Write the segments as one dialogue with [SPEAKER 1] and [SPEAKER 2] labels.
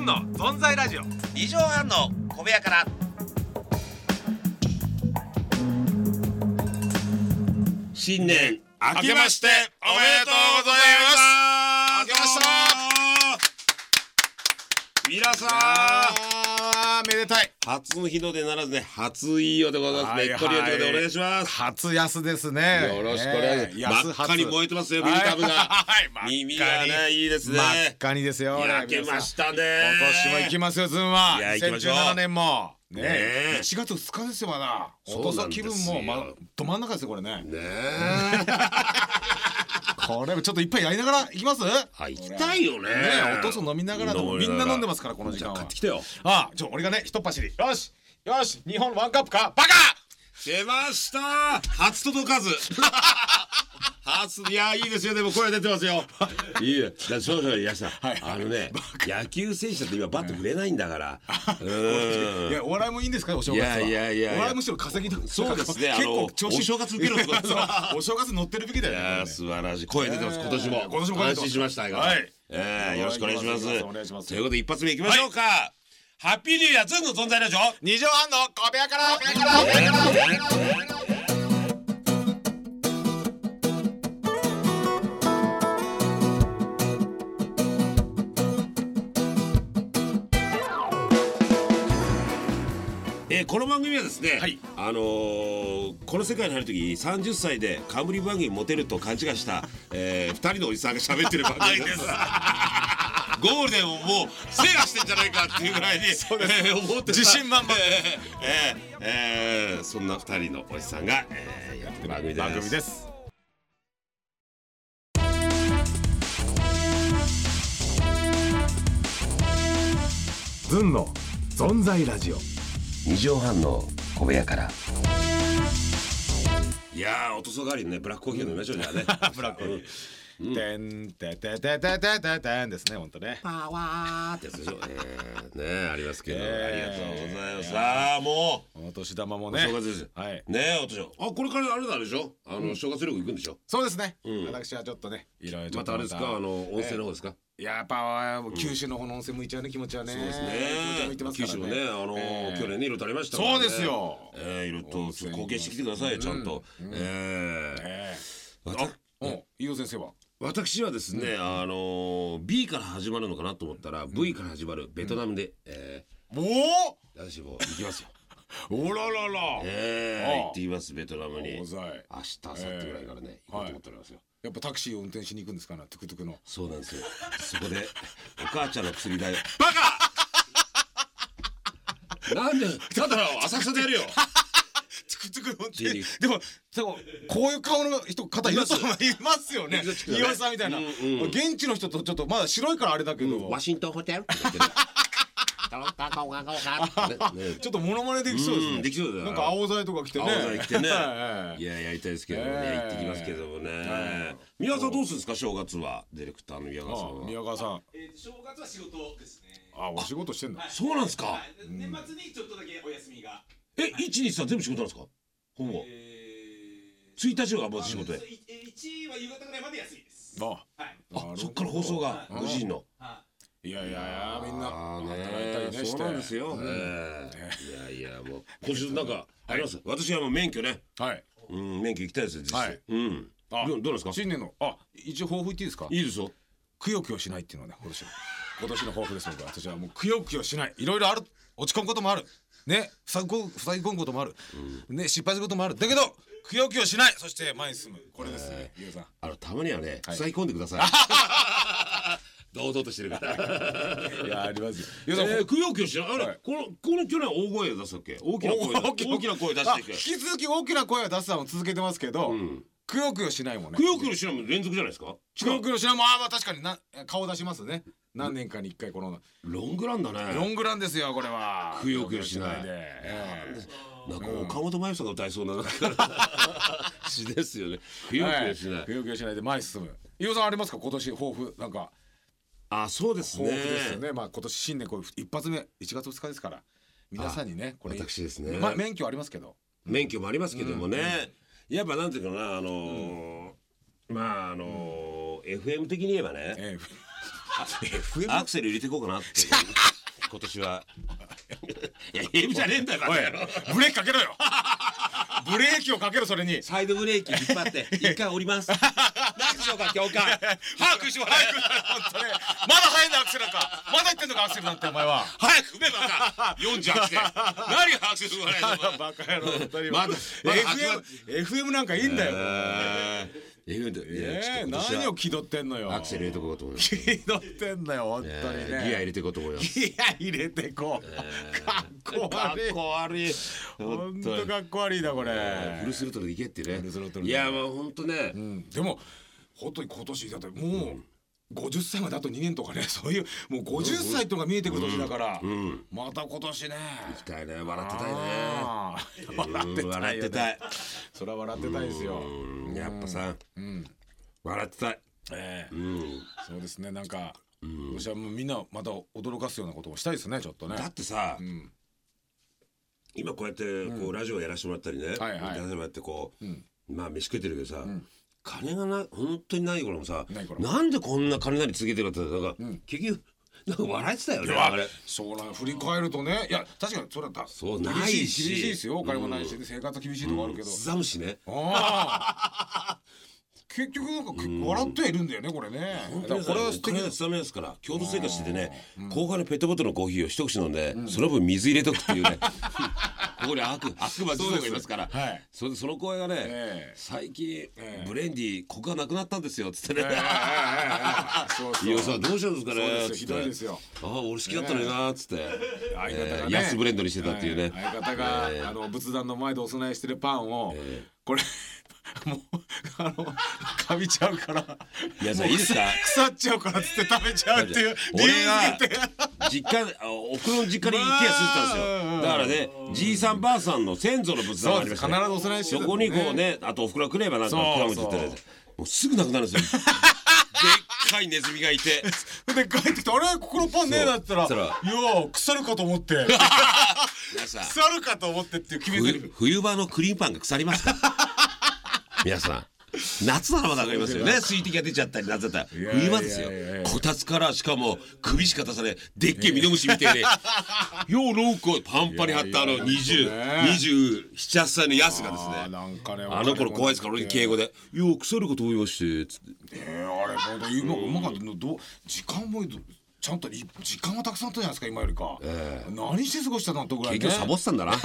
[SPEAKER 1] の存在ラジオ
[SPEAKER 2] 二畳半の小部屋から
[SPEAKER 3] 新年明
[SPEAKER 4] 明
[SPEAKER 3] け
[SPEAKER 4] け
[SPEAKER 3] ま
[SPEAKER 4] ま
[SPEAKER 3] し
[SPEAKER 4] してて
[SPEAKER 3] お
[SPEAKER 4] お
[SPEAKER 3] め
[SPEAKER 4] め
[SPEAKER 3] で
[SPEAKER 4] で
[SPEAKER 3] と
[SPEAKER 4] と
[SPEAKER 3] う
[SPEAKER 4] う
[SPEAKER 3] ご
[SPEAKER 4] ご
[SPEAKER 3] ざ
[SPEAKER 4] ざ
[SPEAKER 3] い
[SPEAKER 4] い
[SPEAKER 3] ま
[SPEAKER 4] ますす明けま
[SPEAKER 3] した皆さ
[SPEAKER 4] あーめでたい
[SPEAKER 3] ん初の日の出ならずね初いいよでございます
[SPEAKER 4] はい
[SPEAKER 3] ねっこりよでお願いします
[SPEAKER 4] 初安ですね
[SPEAKER 3] よろしくお願いします真っ赤に燃えてますよビルタ ブが
[SPEAKER 4] はいはい
[SPEAKER 3] 耳がねいいですね
[SPEAKER 4] 真っ赤にですよ
[SPEAKER 3] 焼けましたね
[SPEAKER 4] 今年も行きますよズンはい
[SPEAKER 3] や行きましょう
[SPEAKER 4] 2017年もね
[SPEAKER 3] ねえ
[SPEAKER 4] 1月2日ですよまだ
[SPEAKER 3] そ
[SPEAKER 4] お
[SPEAKER 3] うな
[SPEAKER 4] 父
[SPEAKER 3] んで
[SPEAKER 4] さん
[SPEAKER 3] すよ
[SPEAKER 4] 気分もまど真ん中ですよこれね
[SPEAKER 3] ねえ
[SPEAKER 4] これちょっと一杯やりながら行きますね
[SPEAKER 3] あ行きたいよね
[SPEAKER 4] お父さん飲みながらでも
[SPEAKER 3] 飲
[SPEAKER 4] み
[SPEAKER 3] みなが
[SPEAKER 4] んな
[SPEAKER 3] ら
[SPEAKER 4] 飲んでますからこの時
[SPEAKER 3] じゃ
[SPEAKER 4] 間
[SPEAKER 3] あ買
[SPEAKER 4] は
[SPEAKER 3] ってきてよ
[SPEAKER 4] ああちょ俺がね一っ走りよしよし日本ワンカップかバカ
[SPEAKER 3] 出ました初届かず 初いやいいですよでも声出てますよ いいよだ少々いらっしゃ
[SPEAKER 4] はい
[SPEAKER 3] あのね野球選手だって今バット振れないんだ からうん
[SPEAKER 4] いやお笑いもいいんですかお正
[SPEAKER 3] い
[SPEAKER 4] 月
[SPEAKER 3] や
[SPEAKER 4] はい
[SPEAKER 3] やいや
[SPEAKER 4] お
[SPEAKER 3] いや
[SPEAKER 4] 笑いむしろ稼ぎだ
[SPEAKER 3] そうですねあ
[SPEAKER 4] 結
[SPEAKER 3] の
[SPEAKER 4] 構調子
[SPEAKER 3] お正月受けると か
[SPEAKER 4] そうお正月乗ってるべきだ
[SPEAKER 3] い
[SPEAKER 4] よね
[SPEAKER 3] や
[SPEAKER 4] これ
[SPEAKER 3] ー
[SPEAKER 4] ね
[SPEAKER 3] 素晴らしい声出てます今年
[SPEAKER 4] 今
[SPEAKER 3] も
[SPEAKER 4] 年も声出てます
[SPEAKER 3] 安心しました相変わらず
[SPEAKER 4] はい
[SPEAKER 3] えーよろしくお願いしま
[SPEAKER 4] お
[SPEAKER 3] す
[SPEAKER 4] 願いします
[SPEAKER 3] ということで一発目いきましょうかハッピーニューイヤーズンの存在でしょ
[SPEAKER 4] 二畳半の小部屋から
[SPEAKER 3] えーこの番組はですね、
[SPEAKER 4] はい
[SPEAKER 3] あのーこの世界に入る時30歳で冠番組モテると勘違いした、え2人のおじさんが喋ってる番組です。ゴールデンをもう制覇してんじゃないかっていうぐらいに、えー思ってた
[SPEAKER 4] 自信満々
[SPEAKER 3] えーえーえーそんな2人のおじさんが、えーやってる番組です。
[SPEAKER 4] 番組です
[SPEAKER 1] ズンの存在ラジオ
[SPEAKER 3] 2畳半の小部屋からいやーおとそ代わりにねブラックコーヒーを飲みましょうじゃあね ブラックコーヒー
[SPEAKER 4] てんてててててててんですね本当ね
[SPEAKER 3] パワーってやつでしょ、えー、ねありますけど、
[SPEAKER 4] えー
[SPEAKER 3] ありがとうございますさあも
[SPEAKER 4] この年玉も
[SPEAKER 3] う、
[SPEAKER 4] ね
[SPEAKER 3] お正月です
[SPEAKER 4] はい
[SPEAKER 3] ねえおとしあこれからあれなんでしょあの、正月旅行行くんでしょ
[SPEAKER 4] そうですね
[SPEAKER 3] うん
[SPEAKER 4] 私はちょっとねいろいろちょ
[SPEAKER 3] ま
[SPEAKER 4] っと
[SPEAKER 3] たあれですかあの温泉の方ですか、
[SPEAKER 4] やっぱ九州の方の温泉向いちゃうね気持ちはね
[SPEAKER 3] そうです
[SPEAKER 4] 気持ちは向
[SPEAKER 3] ね
[SPEAKER 4] いてます
[SPEAKER 3] 九
[SPEAKER 4] から
[SPEAKER 3] 州もねあの、
[SPEAKER 4] ええ
[SPEAKER 3] 去年ね色々とありましたから
[SPEAKER 4] そ
[SPEAKER 3] ね
[SPEAKER 4] うですよ
[SPEAKER 3] ええいろいろと
[SPEAKER 4] 温泉
[SPEAKER 3] 貢献してきてくださいよちゃんと、ええ
[SPEAKER 4] ええ
[SPEAKER 3] わた
[SPEAKER 4] あお飯尾先生は
[SPEAKER 3] 私はですね、あのー B から始まるのかなと思ったら V から始まるベトナムで、え
[SPEAKER 4] お
[SPEAKER 3] ー私も行 きますよ。
[SPEAKER 4] おららら
[SPEAKER 3] え
[SPEAKER 4] あ
[SPEAKER 3] ー
[SPEAKER 4] あ、
[SPEAKER 3] 行ってきますベトナムに。
[SPEAKER 4] 大
[SPEAKER 3] 明日
[SPEAKER 4] 材
[SPEAKER 3] 明後日ぐらいからね、
[SPEAKER 4] えー
[SPEAKER 3] 行こうと思っておりますよ。
[SPEAKER 4] やっぱタクシーを運転しに行くんですかねトゥクトゥクの
[SPEAKER 3] そうなんですよ。そこで お母ちゃんの薬代。
[SPEAKER 4] バカ
[SPEAKER 3] なんでただの浅草でや るよ。
[SPEAKER 4] トゥクトゥクの運
[SPEAKER 3] いやいや
[SPEAKER 4] 転でもでもこういう顔の人方いますいますよね
[SPEAKER 3] いますよね
[SPEAKER 4] 飯尾さんみたいな
[SPEAKER 3] うんうん
[SPEAKER 4] 現地の人とちょっとまだ白いからあれだけど
[SPEAKER 3] ワシントンホテルって言ってる。タロッタコガコガねね
[SPEAKER 4] ちょっとモノマネでき そうです
[SPEAKER 3] う
[SPEAKER 4] ね
[SPEAKER 3] んできそうだよ
[SPEAKER 4] なんか青剤とか着てね
[SPEAKER 3] 青空来 てね
[SPEAKER 4] はい
[SPEAKER 3] いややりたいですけどね、
[SPEAKER 4] ええ
[SPEAKER 3] 行ってきますけども
[SPEAKER 4] え
[SPEAKER 3] ね宮川さんどうするんですか正月はディレクターの宮川さん
[SPEAKER 4] あ
[SPEAKER 3] は
[SPEAKER 4] 宮川さん
[SPEAKER 5] えー正月は仕事ですね。
[SPEAKER 4] あお仕事してんだ
[SPEAKER 3] そうなんですか
[SPEAKER 5] はいで年末にちょっとだけお休みが。
[SPEAKER 3] え一日さ全部仕事なんですかほぼ
[SPEAKER 5] えー
[SPEAKER 3] 一日はもう仕事で
[SPEAKER 5] いえ一は夕方ぐらいまで休みです。
[SPEAKER 4] あ
[SPEAKER 5] はい。
[SPEAKER 3] あそっから放送が
[SPEAKER 4] うん
[SPEAKER 3] 5時の
[SPEAKER 5] はい
[SPEAKER 4] やいやいやみんな
[SPEAKER 3] あーね
[SPEAKER 4] 働いたりねして
[SPEAKER 3] そうなんですよ、
[SPEAKER 4] うん
[SPEAKER 3] ええいやいやもう今週なんかあります私はもう免許ね
[SPEAKER 4] はい
[SPEAKER 3] うん免許行きたいですよ実際、
[SPEAKER 4] はい
[SPEAKER 3] うん
[SPEAKER 4] あ
[SPEAKER 3] どうどうなんですか
[SPEAKER 4] 新年のあ一応抱負言っていいですか
[SPEAKER 3] いいですよ
[SPEAKER 4] くよくよしないっていうのはね今年の今年の抱負です僕は私はもうくよくよしないいろいろある落ち込むこともあるね塞ぎ込塞ぎ込むこともある、ね失敗することもあるだけどくよくよしないそして前に進むこれですねゆうさん
[SPEAKER 3] あのたまにはね
[SPEAKER 4] い
[SPEAKER 3] 塞ぎ込んでください、堂々としてるから。
[SPEAKER 4] いやありますよゆうさん、
[SPEAKER 3] えー、くよくよしない。あれ、
[SPEAKER 4] はい
[SPEAKER 3] この、この去年大声出したっけ大きな声だ。大きな声出していく
[SPEAKER 4] あ引。き続き大きな声は出すのを続けてますけど、
[SPEAKER 3] うん
[SPEAKER 4] くよくよしないもんね
[SPEAKER 3] くよくよしないも連続じゃないですか
[SPEAKER 4] くよくよしないもあーまあ確かにな顔出しますね何年かに一回この
[SPEAKER 3] ロングランだ
[SPEAKER 4] ロ
[SPEAKER 3] ね。
[SPEAKER 4] ングランですよこれは
[SPEAKER 3] くよくよしな
[SPEAKER 4] く
[SPEAKER 3] い
[SPEAKER 4] よくよで、ええ
[SPEAKER 3] なんか岡本真由さんが歌いそうななんか詩ですよね。くよくよしない。
[SPEAKER 4] くよくよしないで前に進む。伊尾さんありますか今年抱負なんか
[SPEAKER 3] あ、そうですね
[SPEAKER 4] 抱負。ですよね。まあ今年新年こう一発目1月2日ですから皆さんにねこれ
[SPEAKER 3] 私ですね
[SPEAKER 4] まあ免許ありますけど。
[SPEAKER 3] 免許もありますけどもね。やっぱなんていうかな、あのーまああのー FM 的に言えばね、
[SPEAKER 4] ええ
[SPEAKER 3] アクセル入れていこうかなって。今年は。 いや、ゲームじゃねえんだよ、バカ野郎
[SPEAKER 4] ブレーキかけろ よブレーキをかけろそれに
[SPEAKER 3] サイドブレーキ引っ張 って、一回降ります。何でしょうか、教官。
[SPEAKER 4] 早くしろ早く 本当ねまだ早いんだアクセルかまだ言ってんのかアクセルなんてお前は
[SPEAKER 3] 早く踏めばか48で何が拍手踏まないの お前
[SPEAKER 4] バカ野郎本当に
[SPEAKER 3] まだまだ始まっ
[SPEAKER 4] FM, FM なんかいいんだよ、
[SPEAKER 3] えーいやいやちょっ
[SPEAKER 4] えー
[SPEAKER 3] と今年は
[SPEAKER 4] 何を気取ってんのよ
[SPEAKER 3] アクセル入れとこうと 思います
[SPEAKER 4] 気取ってんのよ本当にね
[SPEAKER 3] え、ーギア入れていこうと思います
[SPEAKER 4] ギア入れてこう、かっこ悪い
[SPEAKER 3] こ悪い
[SPEAKER 4] 本当かっこ悪いだこれ、
[SPEAKER 3] フルスロットルでいけってね
[SPEAKER 4] フルスロットル
[SPEAKER 3] い
[SPEAKER 4] で
[SPEAKER 3] やまあ本当ね
[SPEAKER 4] うんでも本当に今年だってもう50歳まであと2年とかね そういうもう50歳とか見えてくる年だから、
[SPEAKER 3] うん
[SPEAKER 4] また今年ね
[SPEAKER 3] 行きたいね笑ってたいね
[SPEAKER 4] あー笑ってたいよね
[SPEAKER 3] うん笑ってたい
[SPEAKER 4] それは笑ってたいですよ
[SPEAKER 3] うんやっぱさ
[SPEAKER 4] うん
[SPEAKER 3] 笑ってたい
[SPEAKER 4] ええ
[SPEAKER 3] うん
[SPEAKER 4] そうですねなんか私はもうみんなまた驚かすようなことをしたいですねちょっとね
[SPEAKER 3] だってさ
[SPEAKER 4] うん
[SPEAKER 3] 今こうやってこうラジオやらせてもらったりね
[SPEAKER 4] はいはい
[SPEAKER 3] インターネットもやってこう
[SPEAKER 4] うん
[SPEAKER 3] まあ飯食えてるけどさ、金がな本当にない頃もさ
[SPEAKER 4] ない頃
[SPEAKER 3] なんでこんな金なり続けてるかってなんか、
[SPEAKER 4] ん
[SPEAKER 3] 結局なんか笑えてたよね
[SPEAKER 4] いや
[SPEAKER 3] あれ
[SPEAKER 4] そうなん振り返るとねいや確かにそれはだ
[SPEAKER 3] そう
[SPEAKER 4] 厳
[SPEAKER 3] ない
[SPEAKER 4] い
[SPEAKER 3] し
[SPEAKER 4] 厳しいですよお金もないし、生活厳しいとこあるけど、
[SPEAKER 3] ざむしね
[SPEAKER 4] ああ結局なんか結構笑ってはいるんだよねこれね
[SPEAKER 3] 本
[SPEAKER 4] だか
[SPEAKER 3] 当
[SPEAKER 4] ら
[SPEAKER 3] にさ
[SPEAKER 4] これは素
[SPEAKER 3] お
[SPEAKER 4] 敵
[SPEAKER 3] 金
[SPEAKER 4] です
[SPEAKER 3] が勤めですから共同生活しててね、後半にペットボトルのコーヒーを一口飲んで、その分水入れとくってい うねここに悪悪魔児童がいますから
[SPEAKER 4] はい
[SPEAKER 3] それでその声がね、
[SPEAKER 4] ええ
[SPEAKER 3] 最近、
[SPEAKER 4] ええ
[SPEAKER 3] ブレンディーコクがなくなったんですよっつって
[SPEAKER 4] ええ
[SPEAKER 3] ね、
[SPEAKER 4] ええええそうそう
[SPEAKER 3] いやさどうしたんですか
[SPEAKER 4] そう
[SPEAKER 3] ね
[SPEAKER 4] で
[SPEAKER 3] っ
[SPEAKER 4] すよ
[SPEAKER 3] つって
[SPEAKER 4] ひどいですよ
[SPEAKER 3] ああ俺好きだったのになっつって、
[SPEAKER 4] 相方
[SPEAKER 3] え
[SPEAKER 4] が
[SPEAKER 3] ー
[SPEAKER 4] ね
[SPEAKER 3] 安ブレンドにしてたっていう
[SPEAKER 4] は
[SPEAKER 3] ね、
[SPEAKER 4] い相方が、あの仏壇の前でお供えしてるパンを、これ もうあのかみちゃうから
[SPEAKER 3] いやさいいですか
[SPEAKER 4] 腐っちゃうからっつって食べちゃうっていう理
[SPEAKER 3] 俺
[SPEAKER 4] 由
[SPEAKER 3] が
[SPEAKER 4] 付けて
[SPEAKER 3] 実家あおふくろの実家に行きやすいってたん
[SPEAKER 4] ま
[SPEAKER 3] ですよ
[SPEAKER 4] あ
[SPEAKER 3] だからねじいさんばあさんの先祖の仏壇がありました、ね、
[SPEAKER 4] そうです必ずお供えしてた
[SPEAKER 3] そ
[SPEAKER 4] んだ
[SPEAKER 3] こ
[SPEAKER 4] よね
[SPEAKER 3] にこうねあとおふくろが来ればなんか
[SPEAKER 4] そう
[SPEAKER 3] 手紙つってたりもうすぐなくなるんですよ でっかいネズミがいて
[SPEAKER 4] で帰ってきて「あれここのパンねえな」って言った
[SPEAKER 3] そう
[SPEAKER 4] ら「いや腐るかと 思って
[SPEAKER 3] 皆さん
[SPEAKER 4] 腐るかと思って」っていう決め台詞
[SPEAKER 3] 冬冬場のクリームパンが腐りますから 皆さん夏ならまだ分かりますよね水滴が出ちゃったり夏だったら
[SPEAKER 4] や
[SPEAKER 3] 冬場ですよ
[SPEAKER 4] いやいやいや
[SPEAKER 3] こたつからしかも首しか出されでっけえミノムシみてえでようなんかパンパンに張ったあの2027歳のやすがです
[SPEAKER 4] あー
[SPEAKER 3] ね
[SPEAKER 4] なんかね
[SPEAKER 3] あの頃怖いですから俺に敬語で「よう腐るかと思いまして」つって
[SPEAKER 4] えーあれ本当今うまかったのどう時間もちゃんとい時間はたくさんあったじゃないですか今よりか、何して過ごしたのってぐらい、ね、
[SPEAKER 3] 結局サボってたんだなう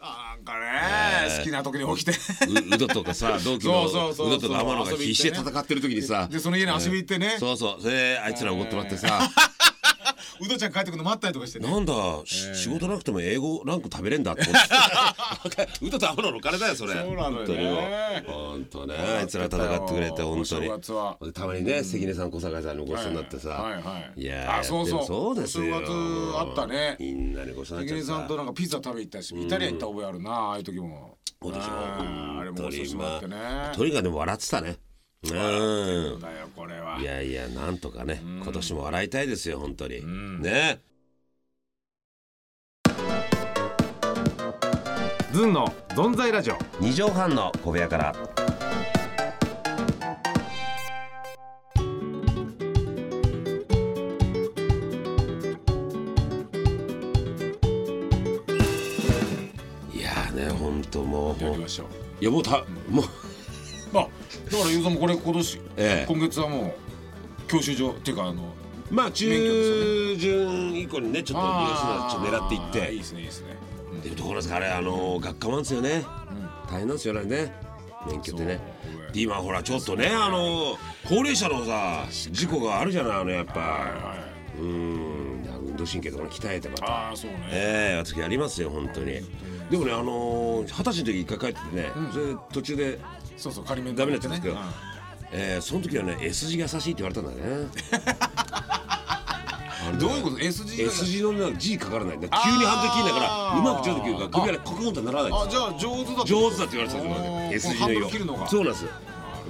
[SPEAKER 4] なんかね、好きな時に起きて
[SPEAKER 3] ウドとかさ同期の
[SPEAKER 4] そうそうそうそう
[SPEAKER 3] ウドとか天野が
[SPEAKER 4] 遊び
[SPEAKER 3] 必
[SPEAKER 4] 行ってね
[SPEAKER 3] 死で戦ってる時にさ
[SPEAKER 4] でその家に遊び行ってね、
[SPEAKER 3] そうそうそれであいつら怒ってもらってさ
[SPEAKER 4] うどちゃん帰ってくるの待ったりとかしてね
[SPEAKER 3] なんだ、し仕事なくても英語ランク食べれ んだって思って。歌とアホのお金だよ、それ。
[SPEAKER 4] そうなんだよね
[SPEAKER 3] 本当によ。本当ね、あいつら戦ってくれて、本当
[SPEAKER 4] お正月は
[SPEAKER 3] に。たまにね、関根さん、小坂井さんにごちそうになってさ。
[SPEAKER 4] はいはい
[SPEAKER 3] いやー、
[SPEAKER 4] あそう
[SPEAKER 3] や
[SPEAKER 4] そう
[SPEAKER 3] ってるそうですよ。
[SPEAKER 4] お正月あったね
[SPEAKER 3] みんなにごちそうに
[SPEAKER 4] 関
[SPEAKER 3] な
[SPEAKER 4] 根
[SPEAKER 3] っちゃ
[SPEAKER 4] さん
[SPEAKER 3] った
[SPEAKER 4] と。なんかピザ食べ行ったし、イタリア行った覚えあるなああいう時も
[SPEAKER 3] 今年も
[SPEAKER 4] あーあれもお寿司もらってね
[SPEAKER 3] まあとにかくでも笑ってたね。うん。
[SPEAKER 4] だよこれはい
[SPEAKER 3] やいや、なんとかね、今年も笑いたいですよ、本当に。ね。
[SPEAKER 1] ずんの存在ラジオ
[SPEAKER 3] 二畳半の小部屋から。いやーね、本当もう、
[SPEAKER 4] や
[SPEAKER 3] も
[SPEAKER 4] り
[SPEAKER 3] う
[SPEAKER 4] ましょう
[SPEAKER 3] いや、もうた、もう、
[SPEAKER 4] あだからゆうさんもこれ今年、
[SPEAKER 3] ええ
[SPEAKER 4] 今月はもう教習所っていうかあの
[SPEAKER 3] まあ、
[SPEAKER 4] 免許
[SPEAKER 3] 中旬以降にね、ちょっと、
[SPEAKER 4] あ
[SPEAKER 3] ちょ
[SPEAKER 4] ー
[SPEAKER 3] っと狙っていって。
[SPEAKER 4] いいですねいいですね
[SPEAKER 3] でもどうなんですかあれあの学科もあるんですよね、大変なんですよねあれね免許ってね
[SPEAKER 4] そう
[SPEAKER 3] で今ほらちょっとねあの高齢者のさ事故があるじゃないあのやっぱうーんだから運動神経とかね鍛えてまた
[SPEAKER 4] ああそうね
[SPEAKER 3] ええ私やりますよ本当にでもねあの二十歳の時一回帰っててね、それで途中で、
[SPEAKER 4] そうそう仮免
[SPEAKER 3] ダメなやつですけど
[SPEAKER 4] うん
[SPEAKER 3] えーその時はね S 字が優しいって言われたんだよねあのね
[SPEAKER 4] どういうこと S 字が
[SPEAKER 3] S 字のね G かからないだから急にハンドル切んだからうまくちょっと切るから首がねコクンとならないんですよ
[SPEAKER 4] あじゃあ上手だ
[SPEAKER 3] 上手だって言われてたんですよ
[SPEAKER 4] あー
[SPEAKER 3] S
[SPEAKER 4] こ
[SPEAKER 3] 字
[SPEAKER 4] のハ
[SPEAKER 3] の
[SPEAKER 4] ンド
[SPEAKER 3] 湯を
[SPEAKER 4] ル切るのが
[SPEAKER 3] そうなんですよね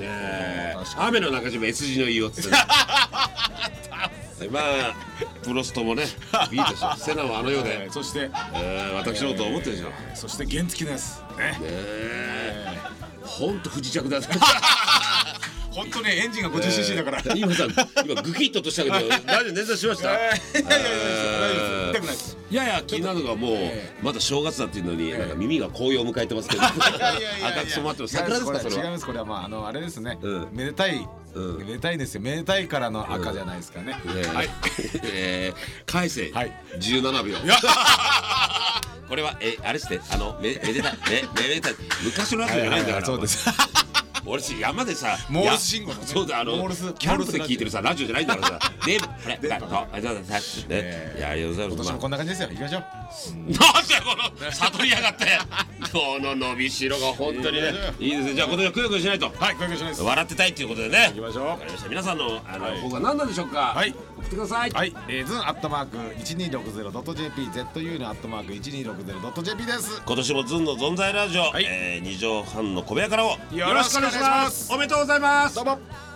[SPEAKER 3] え雨の中島 S 字の湯をっつ ってねまあプロストも ねいいでしょセナもあのよう
[SPEAKER 4] え
[SPEAKER 3] で
[SPEAKER 4] ー、そして
[SPEAKER 3] えー私のこと思ってるでしょね
[SPEAKER 4] えーそして原付きのやつね
[SPEAKER 3] えほんと不時着だ
[SPEAKER 4] 本本当にエンジンが 50cc だから、
[SPEAKER 3] 今さ今グキッととしたけど大丈夫熱出しました
[SPEAKER 4] いやいやいやいや大丈夫です痛くないです
[SPEAKER 3] いやいや気になるのがもうまだ正月だっていうのになんか耳が紅葉を迎えてますけど赤く染まってます桜ですかそれ
[SPEAKER 4] 違い
[SPEAKER 3] は
[SPEAKER 4] ますこれはまああのあれですね、
[SPEAKER 3] うん
[SPEAKER 4] めでたい、
[SPEAKER 3] うん
[SPEAKER 4] めでたいですよめでたいからの赤じゃないですかね、
[SPEAKER 3] えー
[SPEAKER 4] はい
[SPEAKER 3] えー返せ
[SPEAKER 4] はい
[SPEAKER 3] 17秒 これはえあれしてあのめめでたいめめでたい昔のやつじゃないんだから
[SPEAKER 4] そうです
[SPEAKER 3] 俺山でさ
[SPEAKER 4] モールス信号のね
[SPEAKER 3] いやそうだあの
[SPEAKER 4] モールス
[SPEAKER 3] キャンプで聞いてるさラジオじゃないんだからさ でこれだとありがとうございますね
[SPEAKER 4] え
[SPEAKER 3] いやありがとうござい
[SPEAKER 4] 今
[SPEAKER 3] ます
[SPEAKER 4] 年
[SPEAKER 3] ま
[SPEAKER 4] も
[SPEAKER 3] あ
[SPEAKER 4] こんな感じですよ行きましょう
[SPEAKER 3] なんだよこの悟りやがってこの伸びしろが本当にねいいですねじゃあ今年はくよくよしないと
[SPEAKER 4] はいご用意します
[SPEAKER 3] 笑ってたいっていうことでね
[SPEAKER 4] 行きましょ
[SPEAKER 3] わかりました皆さんのあの
[SPEAKER 4] はい
[SPEAKER 3] 方が何なんでしょうか
[SPEAKER 4] はい
[SPEAKER 3] 送ってくださいう
[SPEAKER 4] はい、えー、ズンアットマーク 1260.jp ZU のアットマーク 1260.jp です
[SPEAKER 3] 今年もズンの存在ラジオ
[SPEAKER 4] い
[SPEAKER 3] えー二畳半の小部屋からを
[SPEAKER 4] よろしくお願いします
[SPEAKER 3] おめでとうございます
[SPEAKER 4] どうも